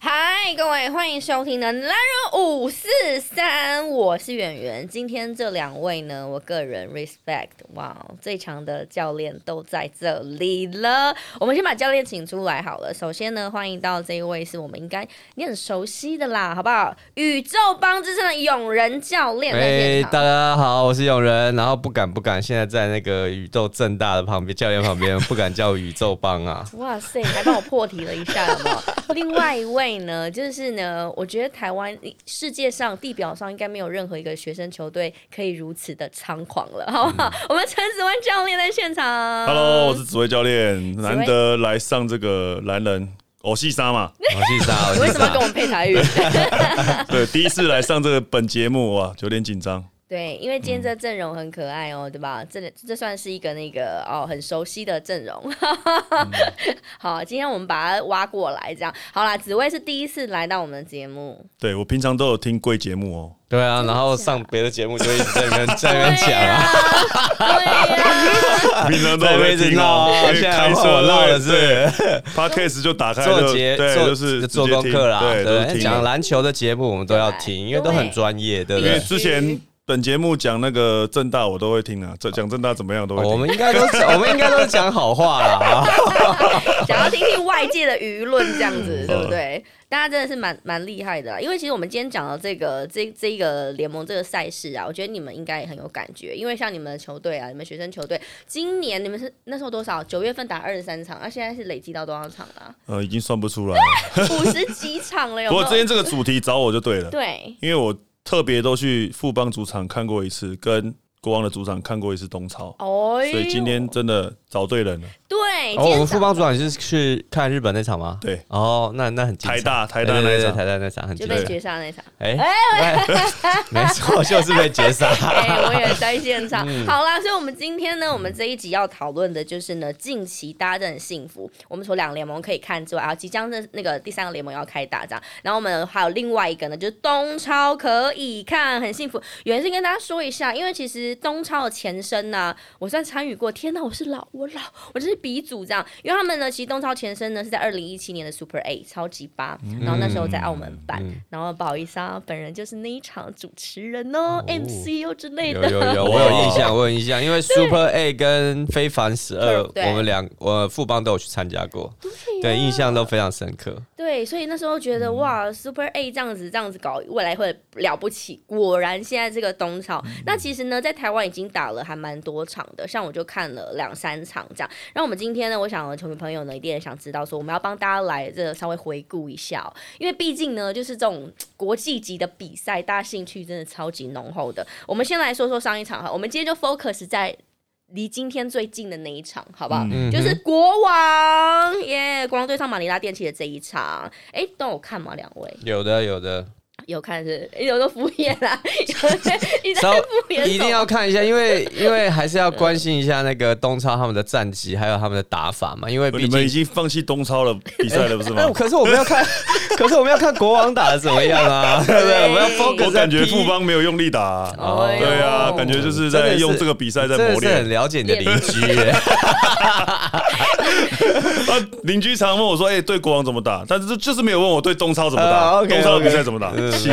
嗨，欢迎收听的男人五四三，我是圆圆。今天这两位呢，我个人 respect，哇，最强的教练都在这里了。我们先把教练请出来好了。首先呢，欢迎到这一位是我们应该你很熟悉的啦，好不好？宇宙帮之称的永仁教练在现哎，大场。家好，我是永仁。然后不敢不敢，现在在那个宇宙正大的旁边，教练旁边，不敢叫宇宙 帮啊。哇塞，还帮我破题了一下，有没有？另外一位呢，就是呢，我觉得台湾世界上地表上应该没有任何一个学生球队可以如此的猖狂了，好不好？我们陈子文教练在现场。嗯啊呃 Hello，我是紫薇教练，薇难得来上这个男人偶戏 杀嘛，我去杀，你我为去 什么跟杀我。们配台语？对，第一次来上这个本节目哇，有点紧张。对，因为今天这阵容很可爱哦，对吧？这这算是一个那个哦，很熟悉的阵容。嗯 好，今天我们把它挖过来，这样好啦。紫薇是第一次来到我们的节目，对我平常都有听贵节 目哦，对啊，然后上别的节目就一直在那边在那边讲啊，对呀、平常都在那有边一直听闹哦啊，，因为现在开我车闹了是不对是。 ，Podcast 就打开做就节对，做就是做直接功听课啦，对，都是对，听讲的。篮球的节目我们都要听，因为都很专业，对不因为对？之前本节目讲那个正大我都会听啊，这讲正大怎么样都会哦我听。们应该都是 我们应该都是讲好话 啦，啊想要听听外界的舆论这样子，对不对？大家真的是蛮蛮厉害的啊啦，因为其实我们今天讲到这个这这一个联盟这个赛事啊，我觉得你们应该也很有感觉，因为像你们的球队啊，你们学生球队，今年你们是那时候多少？九月份打二十三场，那、现在是累积到多少场啦、呃，已经算不出 来了。五十几场了，有不没过有？之前这个主题找我就对了。对，因为我特别都去富邦主场看过一次，跟国王的主场看过一次东超，哦、所以今天真的找对人了。对，哦，我们副帮主主管是去看日本那场吗？对，哦，那那很精彩台大台对大对那一对场，台大那场很就精被彩。绝杀那场。哎、 没错，就是被截杀。哎、我也在现场。好啦，所以我们今天呢，我们这一集要讨论的就是呢，近期大家真的很幸福。我们除两个联盟可以看之外，啊，即将的那个第三个联盟要开打这样。然后我们还有另外一个呢，就是东超可以看，很幸福。原先跟大家说一下，因为其实东超的前身呢、我算参与过。天哪，我是老，我老，我真是鼻祖这样。因为他们呢，其实东超前身呢是在二零一七年的 Super A 超级八，然后那时候在澳门办。然后不好意思啊，本人就是那一场主持人哦、m c u 之类有的。有有，我有印象，我有印象，因为 Super A 跟非凡十二，对我们两我富邦都有去参加过，对，印象都非常深刻。对，所以那时候觉得、嗯哇，Super A 这样子这样子搞，未来会了不起。果然现在这个东超，嗯那其实呢，在台湾已经打了还蛮多场的，像我就看了两三场这样。那我们今天呢，我想球迷朋友呢，一定也想知道说，我们要帮大家来这个稍微回顾一下、哦，因为毕竟呢，就是这种国际级的比赛，大家兴趣真的超级浓厚的。我们先来说说上一场哈，我们今天就 focus 在离今天最近的那一场，好不好？嗯就是国王耶国王对上马尼拉电器的这一场。哎，都有看吗？两位有的有的，有看是？诶有的敷衍啦，有的你在 稍 敷衍什么一定要看一下，因 为因为还是要关心一下那个东超他们的战绩，还有他们的打法嘛，因为哦你毕们已竟。经放弃东超了比赛了，不是吗哎，？可是我们要 看，可是我们要看国王打的怎么 样啊？对不对？我们要 focus 我感觉在 P- 富邦没有用力打啊、哦哎呦对啊，感觉就是真的在是用这个比赛在真的磨是很练。了解你的邻居耶。啊，邻居常问我说：“哎、对国王怎么打？”但是就是没有问我对东超怎么啊打， ，OK，东超的比 OK 赛怎么打。嗯气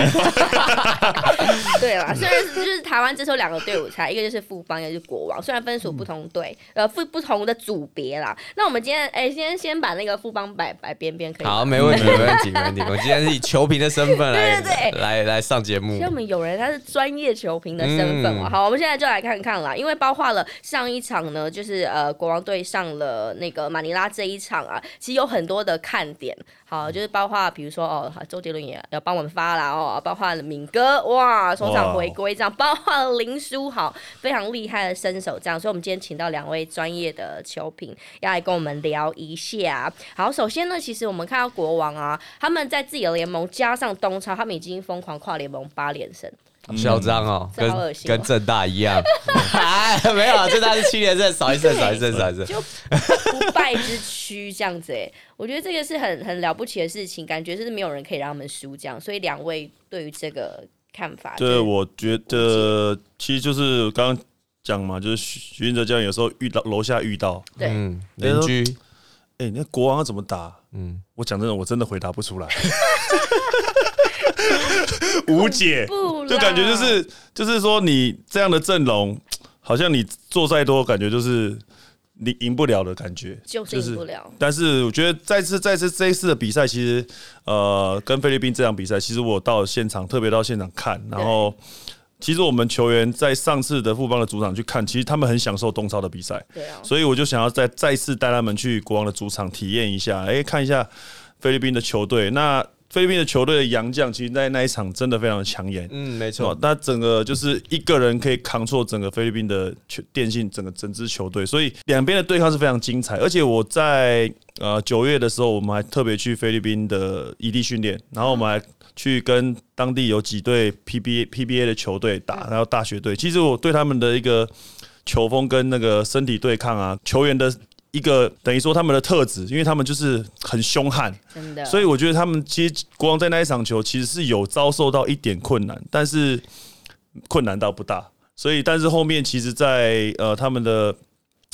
对啦，虽然就是台湾这时候两个队伍差，一个就是富邦，一个就是国王，虽然分嗯属不同队，呃，不不同的组别啦。那我们今天，哎、先先把那个富邦摆摆边边，可以吗好，没问 题，没问题，没问题。我今天是以球评的身份来对对对来来上节目所以。我们有人他是专业球评的身份哦、嗯好，我们现在就来看看啦，因为包括了上一场呢，就是呃国王队上了那个马尼拉这一场啊，其实有很多的看点。好，就是包括比如说哦，好周杰伦也要帮我们发啦哦，包括敏哥哇首场回归这样，包括林书豪非常厉害的身手这样，所以我们今天请到两位专业的球评要来跟我们聊一下。好，首先呢，其实我们看到国王啊，他们在自己的联盟加上东超，他们已经疯狂跨联盟八连胜。嚣张哦，这跟好恶心哦跟正大一 样。哎，没有啊，正大是七连胜，少一胜，少一胜，少一胜。就不败之躯这样子哎、我觉得这个是很很了不起的事情，感觉就是没有人可以让他们输这样，所以两位对于这个看法，这我觉得其实就是刚刚讲嘛，就是徐徐云哲教练有时候遇到楼下遇到， 对嗯，邻居，哎哎、那国王要怎么打？嗯，我讲真的，我真的回答不出来。 无解，不啦，就感觉就是就是说你这样的阵容，好像你做再多，感觉就是你赢不了的感觉。就是就是赢不了。但是我觉得再次再次这一次的比赛，其实呃，跟菲律宾这场比赛，其实我到现场特别到现场看，然后其实我们球员在上次的富邦的主场去看，其实他们很享受东超的比赛，对啊，所以我就想要再再次带他们去国王的主场体验一下，哎、看一下菲律宾的球队。那菲律宾的球队的洋将，其实在那一场真的非常的抢眼。嗯，没是吧错？，哦那整个就是一个人可以扛错整个菲律宾的球电信整个整支球队，所以两边的对抗是非常精彩。而且我在呃九月的时候，我们还特别去菲律宾的异地训练，然后我们还去跟当地有几队 PBA PBA 的球队打，嗯然后大学队。其实我对他们的一个球风跟那个身体对抗啊，球员的。一个等于说他们的特质，因为他们就是很凶悍，真的。所以我觉得他们其实国王在那一场球其实是有遭受到一点困难，但是困难倒不大。所以，但是后面其实在，呃他们的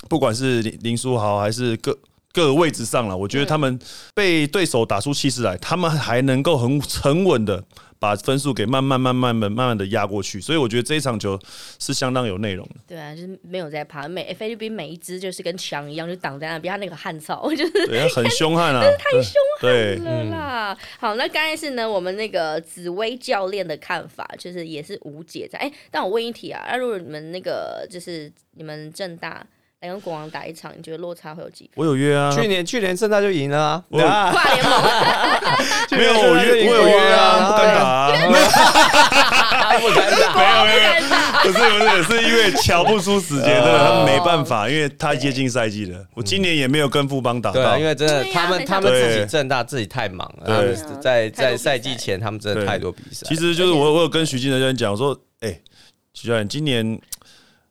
不管是林林书豪还是各各个位置上了，我觉得他们被对手打出气势来，他们还能够很很稳的把分数给慢慢慢慢的慢慢的压过去。所以我觉得这一场球是相当有内容的。对啊，就是没有在怕。每菲律宾每一只就是跟墙一样，就挡在那边，他那个汗草就是对，他很凶 悍啊，太凶悍对，了嗯啦。好，那刚才是呢，我们那个紫薇教练的看法，就是也是无解在。哎、但我问一题啊，那如果你们那个就是你们正大来跟国王打一场，你觉得落差会有几分？我有约啊，去年去年正大就赢了啊，嗯我对 啊，跨联盟，去没有年我正大就约，赢我有过约啊，不敢打、啊。啊，不敢打。我不敢打。不是不是，是因为瞧不出时间，真的他们没办法，因为太接近赛季了。我今年也没有跟富邦打对到啊，，因为真的对啊他很们想他们自对己正大自己太忙了，对他嗯们在太多比赛在赛季前他们真的太多比赛。其实就是我我有跟徐静教练讲说，哎，徐教练今年。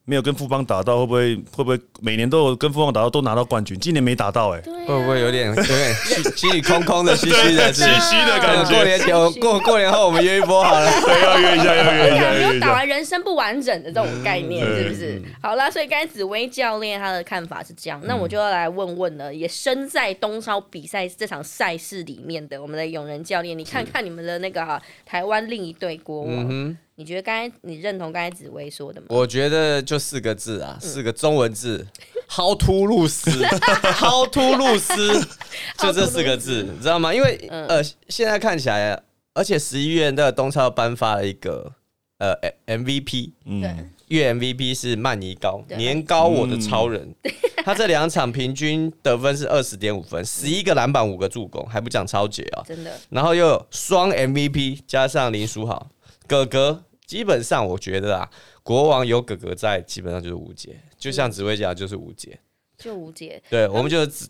没有跟富邦打到，会不会会不会每年都有跟富邦打到，都拿到冠军？今年没打到、哎，对、啊，会不会有点有点虚心里空空 的、虚虚的？对是不虚是虚的感嗯觉过。年前我过过年后我们约一波好了。对，要约一下，要约一下，对啊，约没有一打下。完人生不完整的这种概念，嗯是不是？好啦，所以刚才紫薇教练他的看法是这样，嗯那我就要来问问呢，也身在东超比赛这场赛事里面的我们的永仁教练，你看看你们的那个、啊、台湾另一队国嗯王，你觉得刚才你认同刚才紫薇说的吗？我觉得就四个字啊，四个中文字。薅秃露丝，薅秃露丝，就这四个字，你知道吗？因为呃，现在看起来，而且十一月的东超颁发了一个呃 M- MVP，对嗯，月 MVP 是曼尼高，对年高我的超人，他这两场平均得分是二十点五分，十一个篮板，五个助攻，还不讲超解啊、真的，然后又有双 MVP 加上林书豪，哥哥，基本上我觉得啊，国王有哥哥在，基本上就是无解。就像紫薇讲，就是无解。就无解。 对，我们就只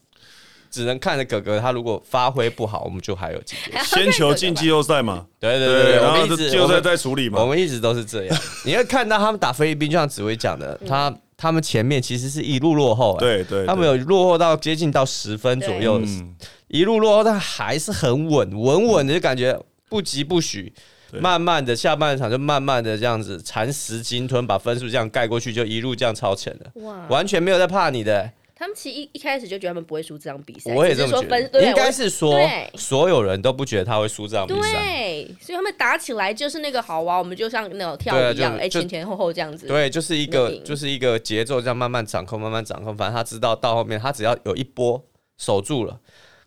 只能看着哥哥，他如果发挥不好，我们就还有机会。先求进季后赛嘛，对对对对，对，然我们后一这直季后我赛们再处理我嘛。们一直都是 这样。你会看到他们打菲律宾，就像紫薇讲的，他他们前面其实是一路落后、哎对对，他们有有落后到接近到十分左右的时嗯，一路落后，但还是很稳，稳稳的就感觉不疾不徐，对慢慢的下半场就慢慢的这样子蚕食鲸吞，把分数这样盖过去，就一路这样超前了，哇，完全没有在怕你的、他们其实一一开始就觉得他们不会输这场比赛，我也只这是么说觉分得，对，应该我是说对所有人都不觉得他会输这场比赛。对，所以他们打起来就是那个好啊，我们就像那种跳对啊舞一样，就哎、就前前后后这样子。对，就是一个没赢就是一个节奏，这样慢慢掌控，慢慢掌控。反正他知道到后面，他只要有一波守住了，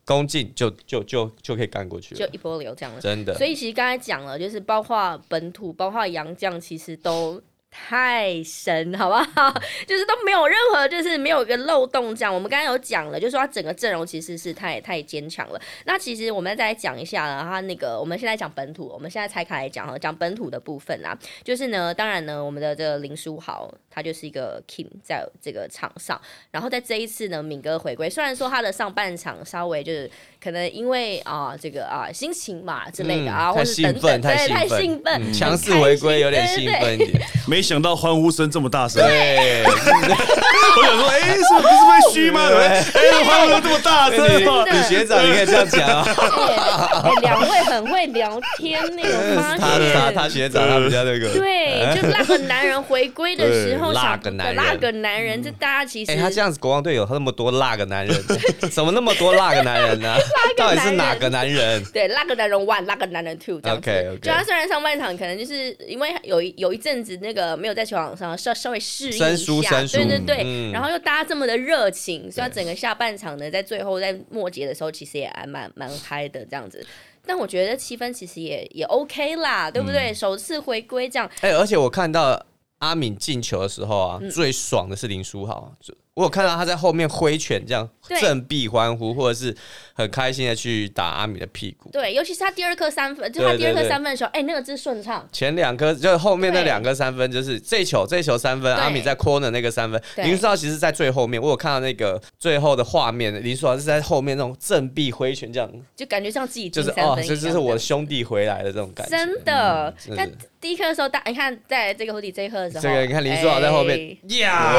攻进就就就就可以干过去就了。一波流这样了。真的，所以其实刚才讲了，就是包括本土，包括洋将，其实都太神，好不好？ 就是都没有任何，就是没有一个漏洞这样。我们刚才有讲了，就是说他整个阵容其实是太太坚强了。那其实我们再来讲一下呢，他那个我们现在讲本土，我们现在拆开来讲哈，讲本土的部分啊，就是呢，当然呢，我们的这个林书豪他就是一个 king 在这个场上，然后在这一次呢，敏哥回归，虽然说他的上半场稍微就是可能因为啊、这个啊、心情嘛之类的啊，嗯或太是兴等等，奋，对，太兴奋兴奋，嗯强势回归有点对兴对奋一点。没想到欢呼声这么大声，对，我想说，哎，是不是被虚吗？哎，的欢呼声这么大 声啊吗？你学长，你可以这样讲啊，哎两位很会聊天呢，我发 他他他现。学长他们家那个，对，就那个男人回归的时候，对想辣个男人那个男人，这大家其实哎、他这样子，国王队有那么多辣个男人， 怎么那么多辣个男人呢、到底是哪个男人？对，那个男人 one，那个男人 two 这样子。 OK，OK 就他虽然上半场可能就是因为有一有一阵子那个没有在球场上稍稍微适应一下，生疏生疏对对对，嗯然后又大家这么的热情，所以他整个下半场呢，在最后在末节的时候，其实也还蛮蛮嗨的这样子。但我觉得气氛其实也也 OK 啦，嗯对不对？首次回归这样，哎、而且我看到阿敏进球的时候啊，嗯最爽的是林书豪，就我有看到他在后面挥拳这样对振臂欢呼，或者是很开心的去打阿敏的屁股。对，尤其是他第二颗三分，就他对对第二颗对三分的时候，哎，那个真是顺畅。前两颗就是后面那对两颗三分，就是这球这球三分，对阿米在 corner 那个三分，对林书豪其实在最后面，我有看到那个最后的画面，林书豪是在后面那种振臂挥拳这样，就感觉像自己就进是三分一哦样，这就是我兄弟回来的这种感觉。真的嗯。但真的第一颗的时候，大你看在这个蝴蝶这一颗的时候，这个你看林书豪在后面哎，呀，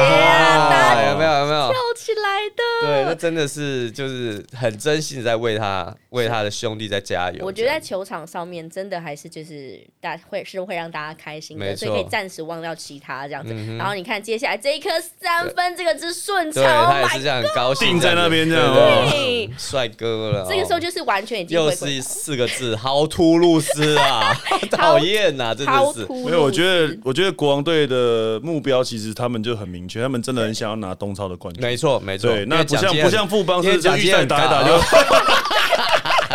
打有没有有没有跳？起来对，那的。真的是就是很真心的在为他为他的兄弟在加油。我觉得在球场上面，真的还是就是大家会是会让大家开心没的，错所嗯以可以暂时忘掉其他这样子。然后你看接下来这一颗三分，这个是顺畅对他也，Oh 是 my 这样很高兴，定在那边这样对哦对对帅哥了哦。这个时候就是完全已经哦又回归是四个字，豪突露丝啊，讨厌呐，真超的是。突，没有，我觉得，我觉得国王队的目标其实他们就很明确，他们真的很想要拿东超的冠军。没错，没错对，，那不像因为不像富邦是就预赛打一打就，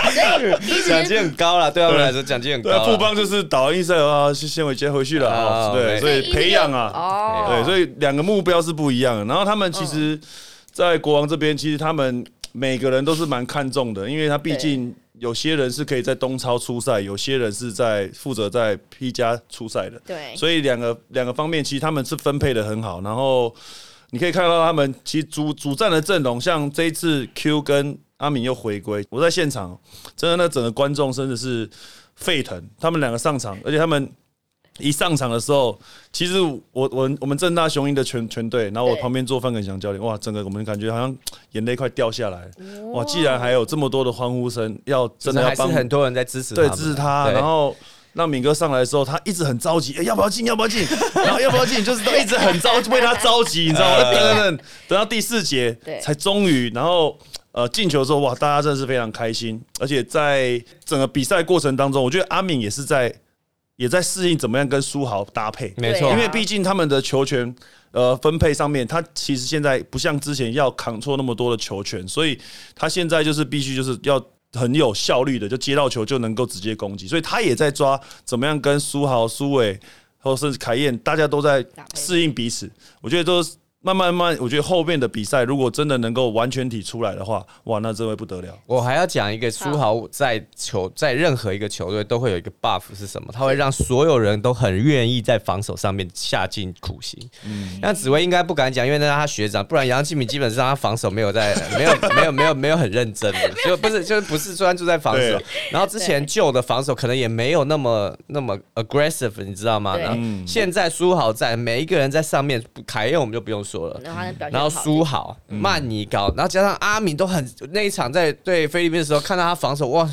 奖金很高了，对他们来说奖金很对啊高。富，邦就是打完预赛啊，先先回先回去了啊，哦对对，所以培养啊，哦，对，所以两个目标是不一样的。然后他们其实，在国王这边，其实他们每个人都是蛮看重的，因为他毕竟有些人是可以在东超出赛，有些人是在负责在 P 加出赛的，对所以两个两个方面，其实他们是分配的很好。然后你可以看到他们其实主主战的阵容，像这一次 Q 跟阿敏又回归，我在现场，真的那整个观众真的是沸腾，他们两个上场，而且他们。一上场的时候，其实我我我们正大雄鹰的全全队，然后我对旁边做范肯祥教练，哇，整个我们感觉好像眼泪快掉下来，哇，既然还有这么多的欢呼声，要真的要还是帮很多人在支持，啊对，支持他。然后让敏哥上来的时候，他一直很着急，哎要不要进？要不要进？ 然后要不要进？就是都一直很着为他着急，你知道吗？等等等，等到第四节对才终于，然后。呃，进球之后哇，大家真的是非常开心，而且在整个比赛过程当中，我觉得阿敏也是在也在适应怎么样跟苏豪搭配，没错，因为啊毕竟他们的球权呃分配上面，他其实现在不像之前要扛错那么多的球权，所以他现在就是必须就是要。很有效率的，就接到球就能够直接攻击，所以他也在抓怎么样跟苏豪、苏伟，或甚至凯燕，大家都在打配适应彼此。我觉得都是慢慢慢慢，我觉得后面的比赛如果真的能够完全体出来的话，哇，那真会不得了。我还要讲一个苏豪在球在任何一个球队都会有一个 buff 是什么？他会让所有人都很愿意在防守上面下尽苦心。那紫薇应该不敢讲，因为那是他学长，不然杨敬敏基本上他防守没有在 没有没有没有没有很认真的，就不是就是不是专注在防守对。然后之前旧的防守可能也没有那么那么 aggressive，你知道吗？对然后现在苏豪在，每一个人在上面，凯燕我们就不用说了，然后他的表现然后好苏豪、曼尼高，然后加上阿敏都很那一场在对菲律宾的时候，看到他防守哇，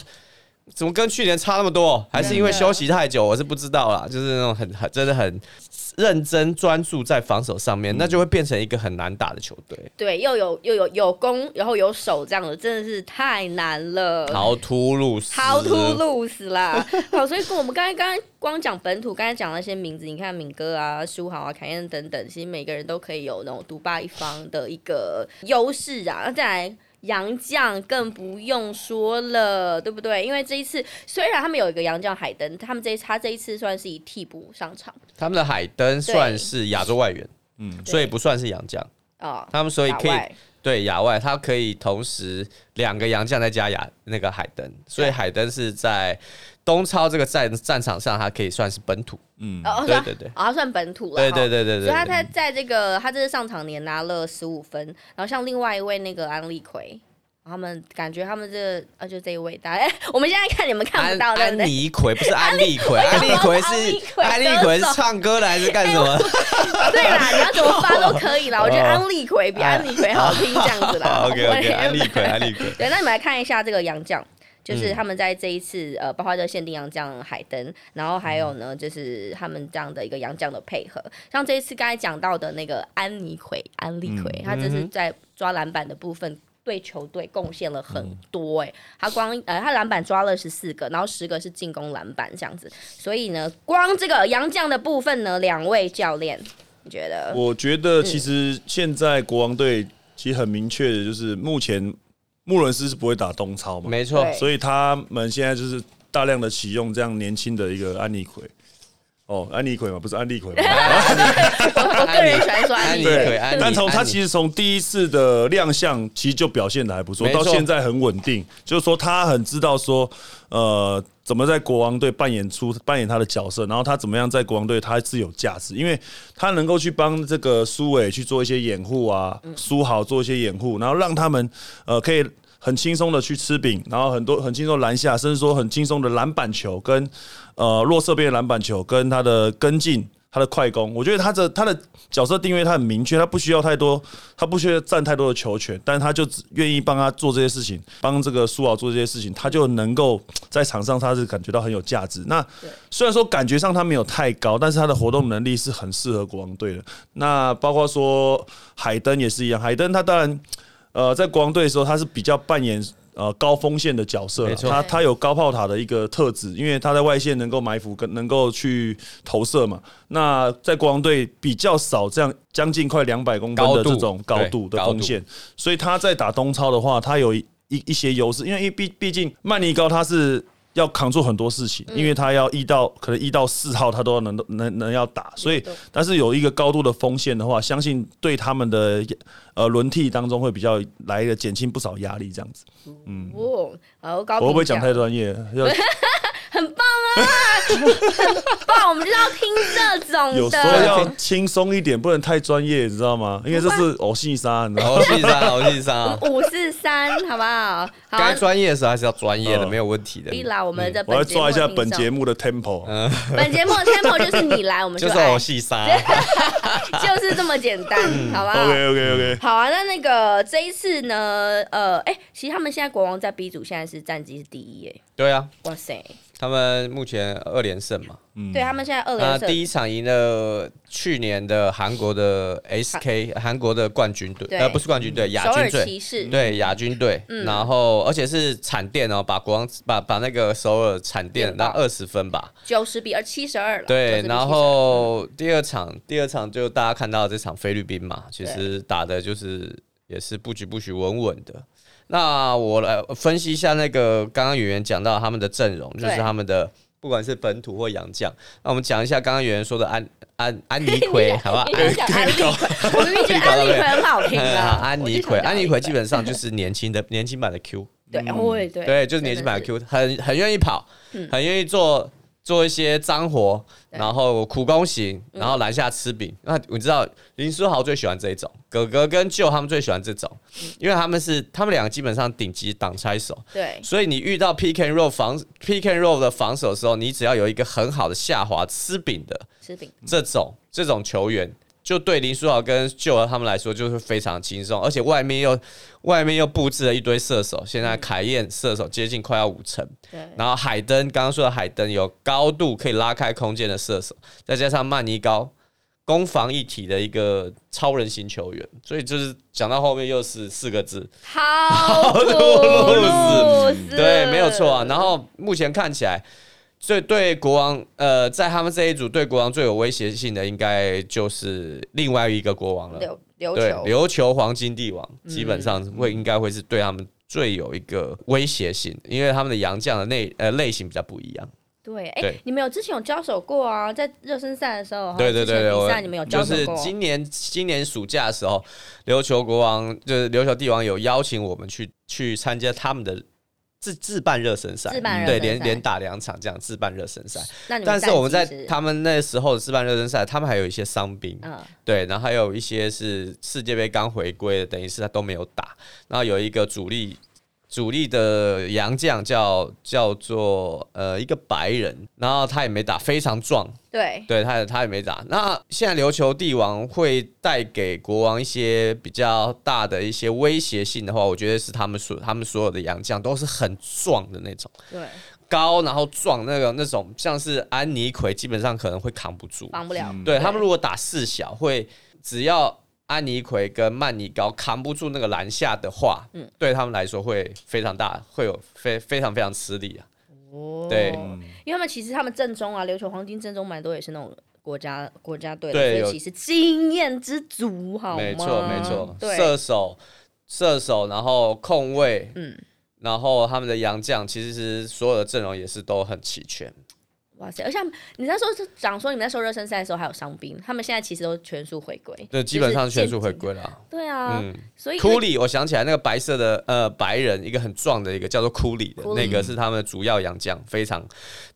怎么跟去年差那么多？还是因为休息太久？我是不知道啦，就是那种很很真的很认真专注在防守上面，那就会变成一个很难打的球队，对，又有又有有攻，然后有守，这样的真的是太难了。好突入，好突。露死啦！ 好，所以我们刚才刚才光讲本土，刚才讲那些名字，你看敏哥啊、书豪啊、凯燕等等，其实每个人都可以有那种独霸一方的一个优势啊。那再来。杨将更不用说了，对不对？因为这一次虽然他们有一个杨将海登，他们这一他这一次算是以替补上场他们的海登算是亚洲外援，嗯嗯，所以不算是洋将，啊，他们所以打可以外对亚外，他可以同时两个洋将再加亚那个海登，所以海登是在东超这个战战场上，他可以算是本土。嗯，哦，对算对对哦他算本土了，对哦对对对对所以他在在这个他这次上场年拿了十五分，然后像另外一位那个安利奎，他们感觉他们这呃就这一位大，哎、 我们现在看你们看安不到对不安对？妮 奎不是安利奎，安利奎是哦安安利奎利奎歌手是唱歌的还是干 什么？对啦，你要怎么发都可以啦。我觉得安利奎比哎安利奎好听，这样子啦。 OK OK， Whatever 哦安利奎安利奎， 对，那你们来看一下这个洋酱，嗯就是他们在这一次、呃，包括这限定洋酱海灯，然后还嗯有呢，就是他们这样的一个洋酱的配合，像这一次刚才讲到的那个安妮奎、安利奎，嗯他这是在抓篮板的部分。对球队贡献了嗯很多哎、他光呃他篮板抓了十四个，然后十个是进攻篮板这样子，所以呢，光这个洋将的部分呢，两位教练，你觉得？我觉得其实现在国王队其实很明确的就是，目前穆伦斯是不会打东超嘛，没错对，所以他们现在就是大量的启用这样年轻的一个安利奎。哦，安利奎嘛，不是安利奎嘛。 我个人喜欢说安安利妮奎，奎，安妮但从他安妮其实从第一次的亮相，其实就表现的还不错，没到错现在很稳定，就是说他很知道说，呃，怎么在国王队扮演出扮演他的角色，然后他怎么样在国王队他是有价值，因为他能够去帮这个苏伟去做一些掩护啊，嗯苏豪做一些掩护，然后让他们呃可以。很轻松的去吃饼，然后很多很轻松地篮下，甚至说很轻松的篮板球跟呃弱射边的篮板球跟他的跟进。他的快攻，我觉得他的他的角色定位他很明确，他不需要太多，他不需要占太多的球权，但他就只愿意帮他做这些事情，帮这个苏豪做这些事情，他就能够在场上他是感觉到很有价值。那虽然说感觉上他没有太高，但是他的活动能力是很适合国王队的。那包括说海登也是一样，海登他当然呃，在国王队的时候，他是比较扮演呃高锋线的角色啦没，错他他有高炮塔的一个特质，因为他在外线能够埋伏跟能够去投射嘛。那在国王队比较少这样将近快两百公分高的度这种高对度的高度锋线，所以他在打东超的话，他有一一一些优势，因为因为毕毕竟曼尼高他是。要扛住很多事情，因为他要一到可能一到四号他都要能能能要打，所以懂但是有一个高度的锋线的话，相信对他们的呃轮替当中会比较来的减轻不少压力，这样子。哦，好高我会不会评讲价太专业？要不然我们就是要听这有种时候要的。轻松一点，不能太专业，你知道吗？因为这是偶戏杀，你知道吗？好细沙，好 细沙，五四三，好不好？好该，嗯专业的时候还是要专业的，嗯没有问题的可。以啦。我们的我要本节目抓一下本的节听目的 tempo。众本 节目的 tempo 就是你来，我们就就是爱我，细 沙，就是这么简单，嗯好不好？ OK OK OK，好啊，那那个这一次呢，呃，哎、其实他们现在国王在 B 组现在是战绩是第一耶，对啊，哇塞，他们目前二连胜嘛，对他们现在二那连胜，嗯啊第一场赢了去年的韩国的 SK，韩国的冠军队，对嗯呃，不是冠军队，亚首军尔队，嗯骑士，嗯对亚军队，然后而且是惨电哦，把国王把把那个首尔惨电电那爆二十分吧，九十比二七十二了，对， 90比嗯 然后第二场第二场就大家看到这场菲律宾嘛，其对实打的就是也是不局不局稳稳的。那我来分析一下那个刚刚演员讲到他们的阵容，就是对他们的不管是本土或洋将。那我们讲一下刚刚演员说的安安安妮你 奎，好不好？你想讲 安利奎，啊我明明觉得安利奎很好听嗯啊好， 安妮奎，安妮奎基本上就是年轻的年轻版的 Q。对，我也对，对，就是年轻版的 Q，很很愿意跑，很愿意做做一些脏活，对然后苦工型，然后篮下吃饼。那你知道林书豪最喜欢这一种，哥哥跟舅他们最喜欢这种，因为他们是他们两个基本上顶级挡拆手，对，所以你遇到 pick and roll 防 pick and roll 的防守的时候，你只要有一个很好的下滑吃饼的吃饼，这种这种球员。就对林书豪跟舅儿他们来说，就是非常轻松，而且外面又外面又布置了一堆射手，现在凯燕射手接近快要五成，对，然后海登刚刚说的海登有高度可以拉开空间的射手，再加上曼尼高攻防一体的一个超人型球员，所以就是讲到后面又是四个字，好土路路子对，没有错啊。然后目前看起来。最对国王，呃，在他们这一组对国王最有威胁性的，应该就是另外一个国王了。琉琉对，球，嗯琉球黄金帝王基本上会应该会是对他们最有一个威胁性，因为他们的洋将的类呃类型比较不一样。对，哎、对你们有之前有交手过啊？在热身赛的时候，啊对对对对，哦之前比我赛你们有交就手是过？今年今年暑假的时候，琉球国王就是琉球帝王有邀请我们去去参加他们的自自办热身赛，自办热对，身连赛连打两场这样自办热身赛。那你们但是我们在战绩是他们那时候的自办热身赛，他们还有一些伤兵，嗯，对，然后还有一些是世界杯刚回归的，等于是他都没有打。然后有一个主力主力的洋将叫叫做呃一个白人，然后他也没打，非常壮，对，对他也他也没打。那现在琉球帝王会带给国王一些比较大的一些威胁性的话，我觉得是他们所他们所有的洋将都是很壮的那种，对，高然后壮那个那种，像是安妮奎基本上可能会扛不住，帮不了。嗯对他们如果打四小，会只要安妮奎跟曼尼高扛不住那个篮下的话，嗯，对他们来说会非常大，会有非非常非常吃力啊。哦对因为他们其实他们正宗啊，琉球黄金正宗蛮多也是那种国家国家队的，对所有以其实经验之足，好吗？没错，没错，对射手、射手，然后控卫，嗯嗯，然后他们的洋将其实所有的阵容也是都很齐全。哇塞！而且他们你那时候是讲说你们那时候热身赛的时候还有伤兵，他们现在其实都全数回归，对，基本上全数回。归了。对啊，嗯，所以库里，我想起来那个白色的呃白人，一个很壮的一个叫做库里的 Cooley 那个是他们的主要洋将，非常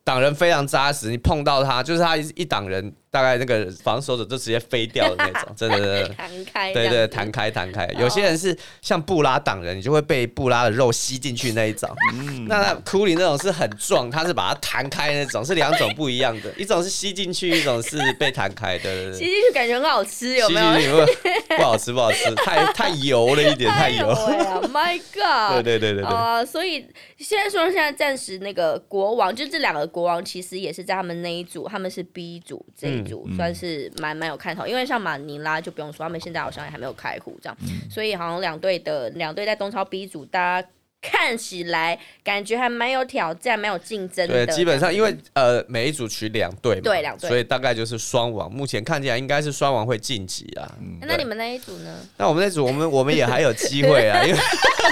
挡人非常扎实，你碰到他就是他一一挡人，大概那个防守者就直接飞掉的 那种，真的真的。真的弹开，对对，弹，开弹开，哦有些人是像布拉挡人，你就会被布拉的肉吸进去那一种。嗯那那库里那种是很壮，他是把它弹开那种，是两种不一 样的，一种是吸进去，一种是被弹开。对对对，吸进去感觉很好吃，有没有？吸进去不不好吃，不好吃，太太油了一 点，太油。哎呀，My God！对对对对对，啊、所以虽然说现在暂时那个国王，就这两个国王其实也是在他们那一组，他们是 B 组这一组，嗯算是蛮蛮有看头。因为像马尼拉就不用说，他们现在好像也还没有开户这样，嗯所以好像两队的两队在东超 B 组，大家看起来感觉还蛮有挑战，蛮有竞争的。对，基本上因为呃每一组取两队嘛，对两队所以大概就是双王。目前看起来应该是双王会晋级啊。嗯哎那那你们那一组呢？那我们那组我们 我们也还有机会啊，因为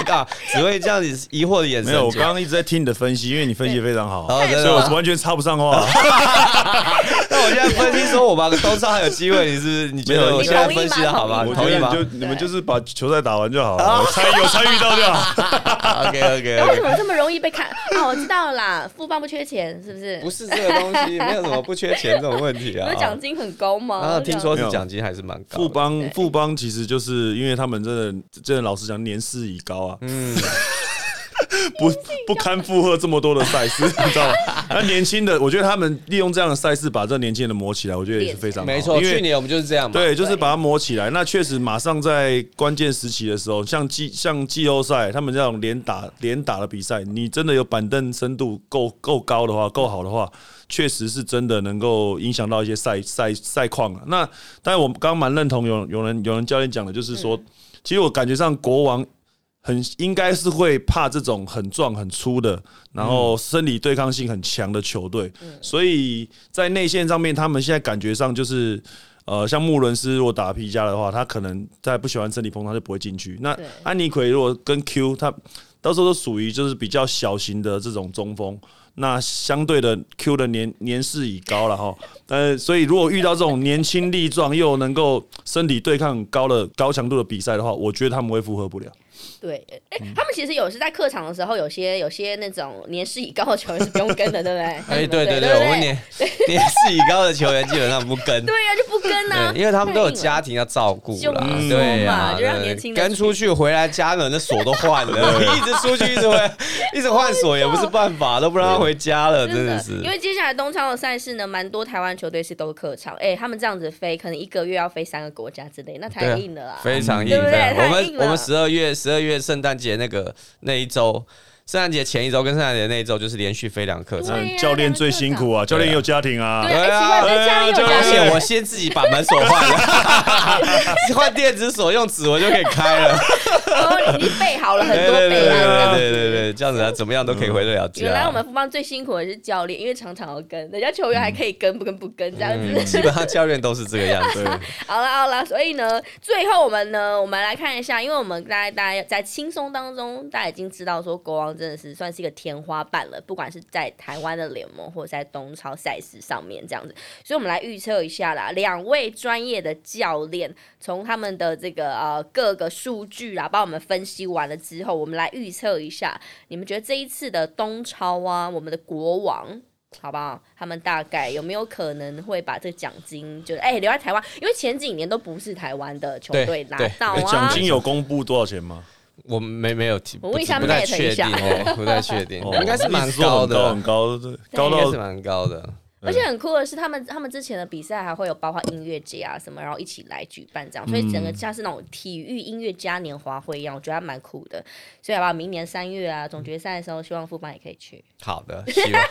啊只会这样子疑惑的眼神 没讲。有，我刚刚一直在听你的分析，因为你分析得非常好，哦真的所以我完全插不上话。那我现在分析说我们东超还有机会，你是不是你觉没得有我现在分析的好吗？你我你觉同意得你吗就 你们就是把球赛打完就好了，参有参与到就好。 ？OK OK 那为什 OK。么这么容易被看？啊，我知道了啦，富邦不缺钱，是不是？不是这个东西，没有什么不缺钱这种问题不啊是。奖金很高吗？然后听说没是有奖金还是蛮高的。 富邦富邦其实就是因为他们真的真的老实讲年事已高啊， 嗯，不不堪负荷这么多的赛 事，你知道吗？那年轻的，我觉得他们利用这样的赛事把这年轻人的磨起来，我觉得也是非常好。没错，因为去年我们就是这样嘛。对，就是对把它磨起来。那确实，马上在关键时期的时候，像季像季后赛，他们这种连打连打的比赛，你真的有板凳深度够够高的话，够好的话，确实是真的能够影响到一些赛赛赛况啊。那但是我刚刚蛮认同有有人有人教练讲的，就是说，嗯其实我感觉上国王。很应该是会怕这种很壮很粗的，然后生理对抗性很强的球队，所以在内线上面，他们现在感觉上就是，呃，像穆伦斯如果打皮夹的话，他可能在不喜欢身体碰，他就不会进去。那对安妮奎如果跟 Q，他到时候都属于就是比较小型的这种中锋，那相对的 Q 的年年事已高了哈，但是所以如果遇到这种年轻力壮又能够身体对抗很高的高强度的比赛的话，我觉得他们会负荷不了。对，哎、他们其实有时在客场的时候，有些有些那种年事已高的球员是不用跟的，对不对？哎，对对对对，不我们年年事已高的球员基本上不跟。对呀、就不跟啊呐、对，因为他们都有家庭要照顾就啦，是对嘛呀，就让对年轻的跟出去回来，家人的锁都换了， 一直出去，一直回，一直换锁也不是办法，都不让他回家了，真真的的是因。为接下来东超的赛事呢，蛮多台湾球队是都客场，哎、他们这样子飞，可能一个月要飞三个国家之类，那对太啊硬了啦。非常硬，对不对非常太我们硬了我们十二月十二月圣诞节那个那一周，圣诞节前一周跟圣诞节那一周就是连续飞两客场对，呀嗯，教练最辛苦啊，教练也有家庭啊对，，哎、对啊奇怪，在家里有对家而啊庭教且练我先自己把门锁换了， 换电子锁用指纹就可以开了。哦，你备好了很对多对对备对案这样对子对对对，这样子他怎么样都可以回得了家。原来我们富邦最辛苦的是教练，因为常常要跟，人家球员还可以跟不跟不跟这样子。基本上教练都是这个样对子。， 好啊啦好啦，所以呢，最后我们呢，我们来看一下，因为我们大家大家在轻松当中，大家已经知道说国王真的是算是一个天花板了，不管是在台湾的联盟或者在东超赛事上面这样子，所以我们来预测一下啦，两位专业的教练从他们的这个呃各个数据啊啦，帮我们分析完了之后，我们来预测一下，你们觉得这一次的东超啊，我们的国王好不好？他们大概有没有可能会把这奖金就是哎、留在台湾？因为前几年都不是台湾的球队对拿对到哎奖啊。金有公布多少钱吗？我没没有提，我问一下不太 Matt 确一下定，哦，不太确定，哦应该是蛮一直说高很高的很，高对应高该是到蛮高的。而嗯且很酷的是，他们他们之前的比赛还会有包括音乐节啊什么，然后一起来举办这样，所以整个嗯像是那种体育音乐嘉年华会一样，我觉得还蛮酷的。所以好不好？明年三月啊，总决赛的时候，希望富邦也可以去。 好的，希望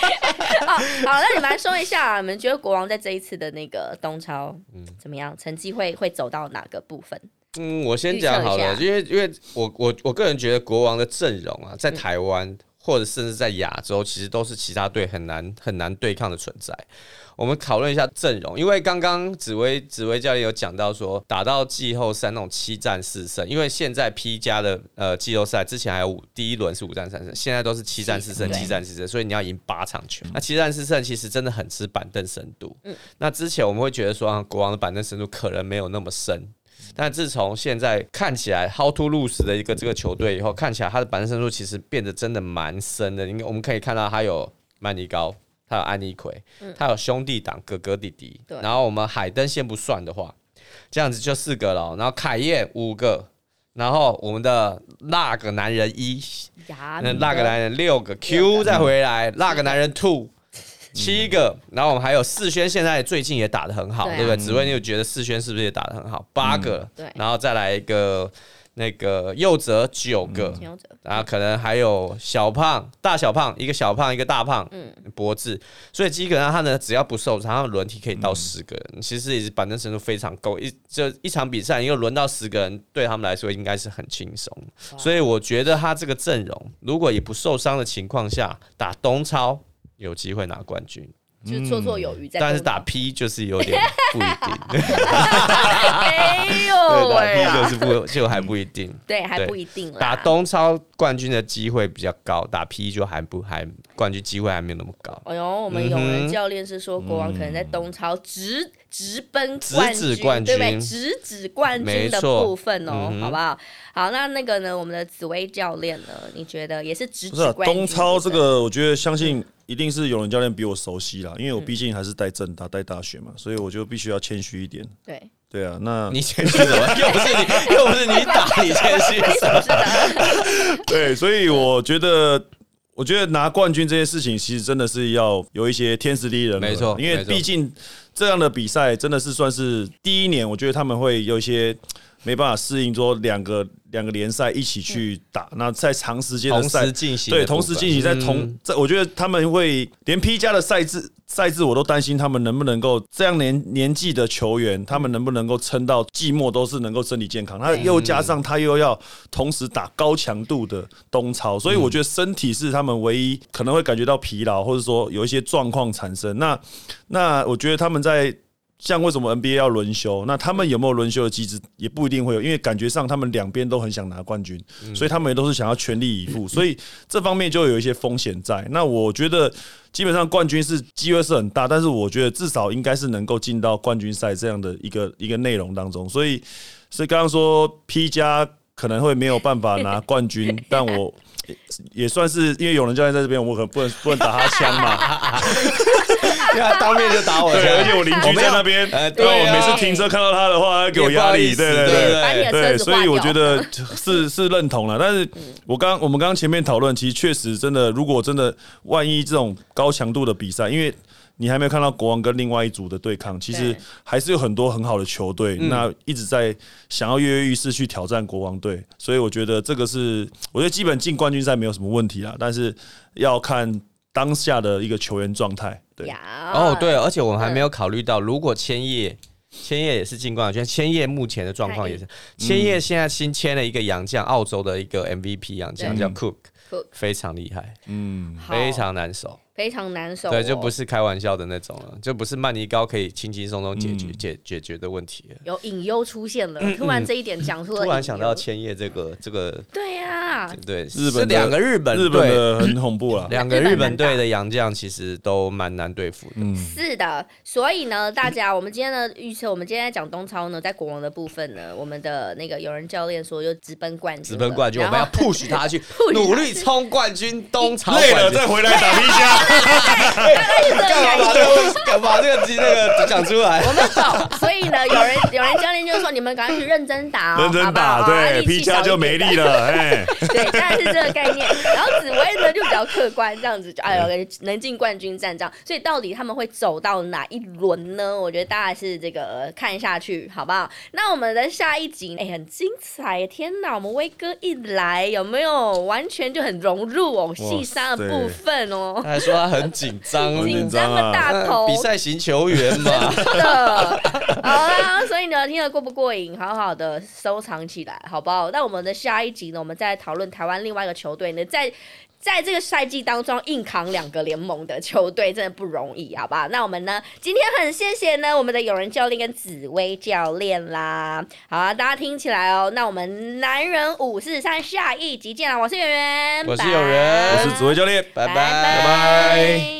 好，那你们来说一下、啊，你们觉得国王在这一次的那个东超，怎么样？成绩会会走到哪个部分？嗯，我先讲好了预，测因为因为我我我个人觉得国王的阵容啊，在台湾、或者甚至在亚洲，其实都是其他队很难很难对抗的存在。我们讨论一下阵容，因为刚刚紫薇紫薇教练有讲到说，打到季后赛那种七战四胜，因为现在 P 加的呃季后赛之前还有五第一轮是五战三胜，现在都是七战四胜，七七战四胜，所以你要赢八场球。那七战四胜其实真的很吃板凳深度。嗯那之前我们会觉得说、啊，国王的板凳深度可能没有那么深。但自从现在看起来 How to lose 的一个这个球队以后，看起来他的板凳深度其实变得真的蛮深的。因为我们可以看到他有曼尼高，他有安妮奎，他有兄弟党哥哥弟弟嗯对，然后我们海登先不算的话，这样子就四个了哦。然后凯燕五个，然后我们的那个男人一，呀，那啊你那个的男人六个六 Q 再回来，那个 男人 two。七个，然后我们还有世轩，现在最近也打得很好，对啊嗯对不对？紫薇，你有觉得世轩是不是也打得很好？八个，对然后再来一个那个佑哲九个，请用者然后可能还有小胖、大小胖，一个小胖，一个大胖，嗯，脖子，所以基本上他呢，只要不受伤，他们轮替可以到十个人，其实也是板凳深度非常够，一就一场比赛，因为轮到十个人，对他们来说应该是很轻松，所以我觉得他这个阵容，如果也不受伤的情况下，打东超有机会拿冠军，就是绰绰有余在，嗯但是打 P 就是有点不一定， 没对，有哎喂打 P 啊，就是不就还不一定。对，啊还对不一定啦。打东超冠军的机会比较高，打 P 就还不还冠军机会还没有那么高。哎呦，我们有嗯人哼教练是说，国王可能在东超直直奔直冠指军，冠对不对？军直指冠没军的错部分哦，嗯哼好不好？好，那那个呢，我们的紫薇教练呢，你觉得也是直不是啊指冠军？东超这，个，我觉得相信一定是有人教练比我熟悉啦，嗯因为我毕竟还是带正大带大学嘛，所以我就必须要谦虚一点。对，对啊，那你谦虚什 么？又不是你，又不是你打，你谦虚什么？是的，对，所以我觉得，我觉得拿冠军这件事情，其实真的是要有一些天时地利人和，没错因为没错毕竟这样的比赛真的是算是第一年，我觉得他们会有一些没办法适应，说两个两个联赛一起去打，那在长时间的嗯同赛时进行的部分，对，同时进行在同、嗯在，我觉得他们会连 P 加的赛制赛制，我都担心他们能不能够这样年年纪的球员，他们能不能够撑到季末都是能够身体健康。他又加上他又要同时打高强度的东超，所以我觉得身体是他们唯一可能会感觉到疲劳，或者说有一些状况产生。那那我觉得他们在。像为什么 NBA 要轮休？那他们有没有轮休的机制也不一定会有，因为感觉上他们两边都很想拿冠军，所以他们也都是想要全力以 赴，所以这方面就有一些风险在。那我觉得基本上冠军是机会是很大，但是我觉得至少应该是能够进到冠军赛这样的一个一个内容当中。所以，所以刚刚说 P 加可能会没有办法拿冠 军，但我也也算是因为有人教练在这边，我可能不能不能打他枪嘛。 对啊，当面就打我 对，而且我邻居在那边，边，呃 对对我啊每次停车看到他的话，他给我也不压好力。意思对对对对。把你的车对，子所划以我掉嗯觉得是是认同了，但是我刚我们刚刚前面讨论，其实确实真的，如果真的万一这种高强度的比赛，因为你还没有看到国王跟另外一组的对抗，其实对还是有很多很好的球队，那一直在想要跃跃欲试去挑战国王队，所以我觉得这个是，我觉得基本进冠军赛没有什么问题啦，但是要看当下的一个球员状态。对，呀，哦， 对，而且我们还没有考虑到，如果千叶。千叶也是进冠军，千叶目前的状况也是，千叶现在新签了一个洋将，澳洲的一个 MVP 洋将对叫 Cook， Cook 非常厉害，嗯，好，非常难守。非常难受哦，对，就不是开玩笑的那种了，就不是曼尼高可以轻轻松松解决、解解决的问题了。嗯有隐忧出现了，突然这一点讲出了，突然想到，千叶这个这个对呀，啊！对，日是本的两个日本日本队，的很恐怖啦。两个日本队的洋将其实都蛮难对付的。嗯，是的，所以呢，大家，我们今天呢预测，我们今天在讲东超呢，在国王的部分呢，我们的那个有人教练说就直奔冠军了，直奔冠军，我 然后们要 push 他去他努力冲冠军，东朝累冠了军再。回来打皮箱。哎干嘛把这个干嘛把这个集那个讲出来？我们走，所以呢，有人有人教练就说你们赶快去认真打、 哦，认真好打，不好啊力对，气皮小箱一就点没力了，哎， 对，当然是这个概念。然后紫薇呢就比较客观，这样子就哎呦能进冠军战这样。所以到底他们会走到哪一轮呢？我觉得大家是这个、呃看下去好不好？那我们的下一集哎很精彩，天哪！我们威哥一来有没有完全就很融入哦细沙的部分哦他。还说他很紧张，很紧紧张啊的大头，呃比赛型球员 嘛，的。好啦，所以呢，听得过不过瘾，好好的收藏起来，好不好？那我们的下一集呢，我们再来讨论台湾另外一个球队呢，在。在这个赛季当中，硬扛两个联盟的球队真的不容易，好吧？那我们呢，今天很谢谢呢我们的友人教练跟紫薇教练啦。好啊，大家听起来哦。那我们男人五四三下一集见啦！我是圆圆，我是友人拜我是紫薇教练。拜拜拜拜。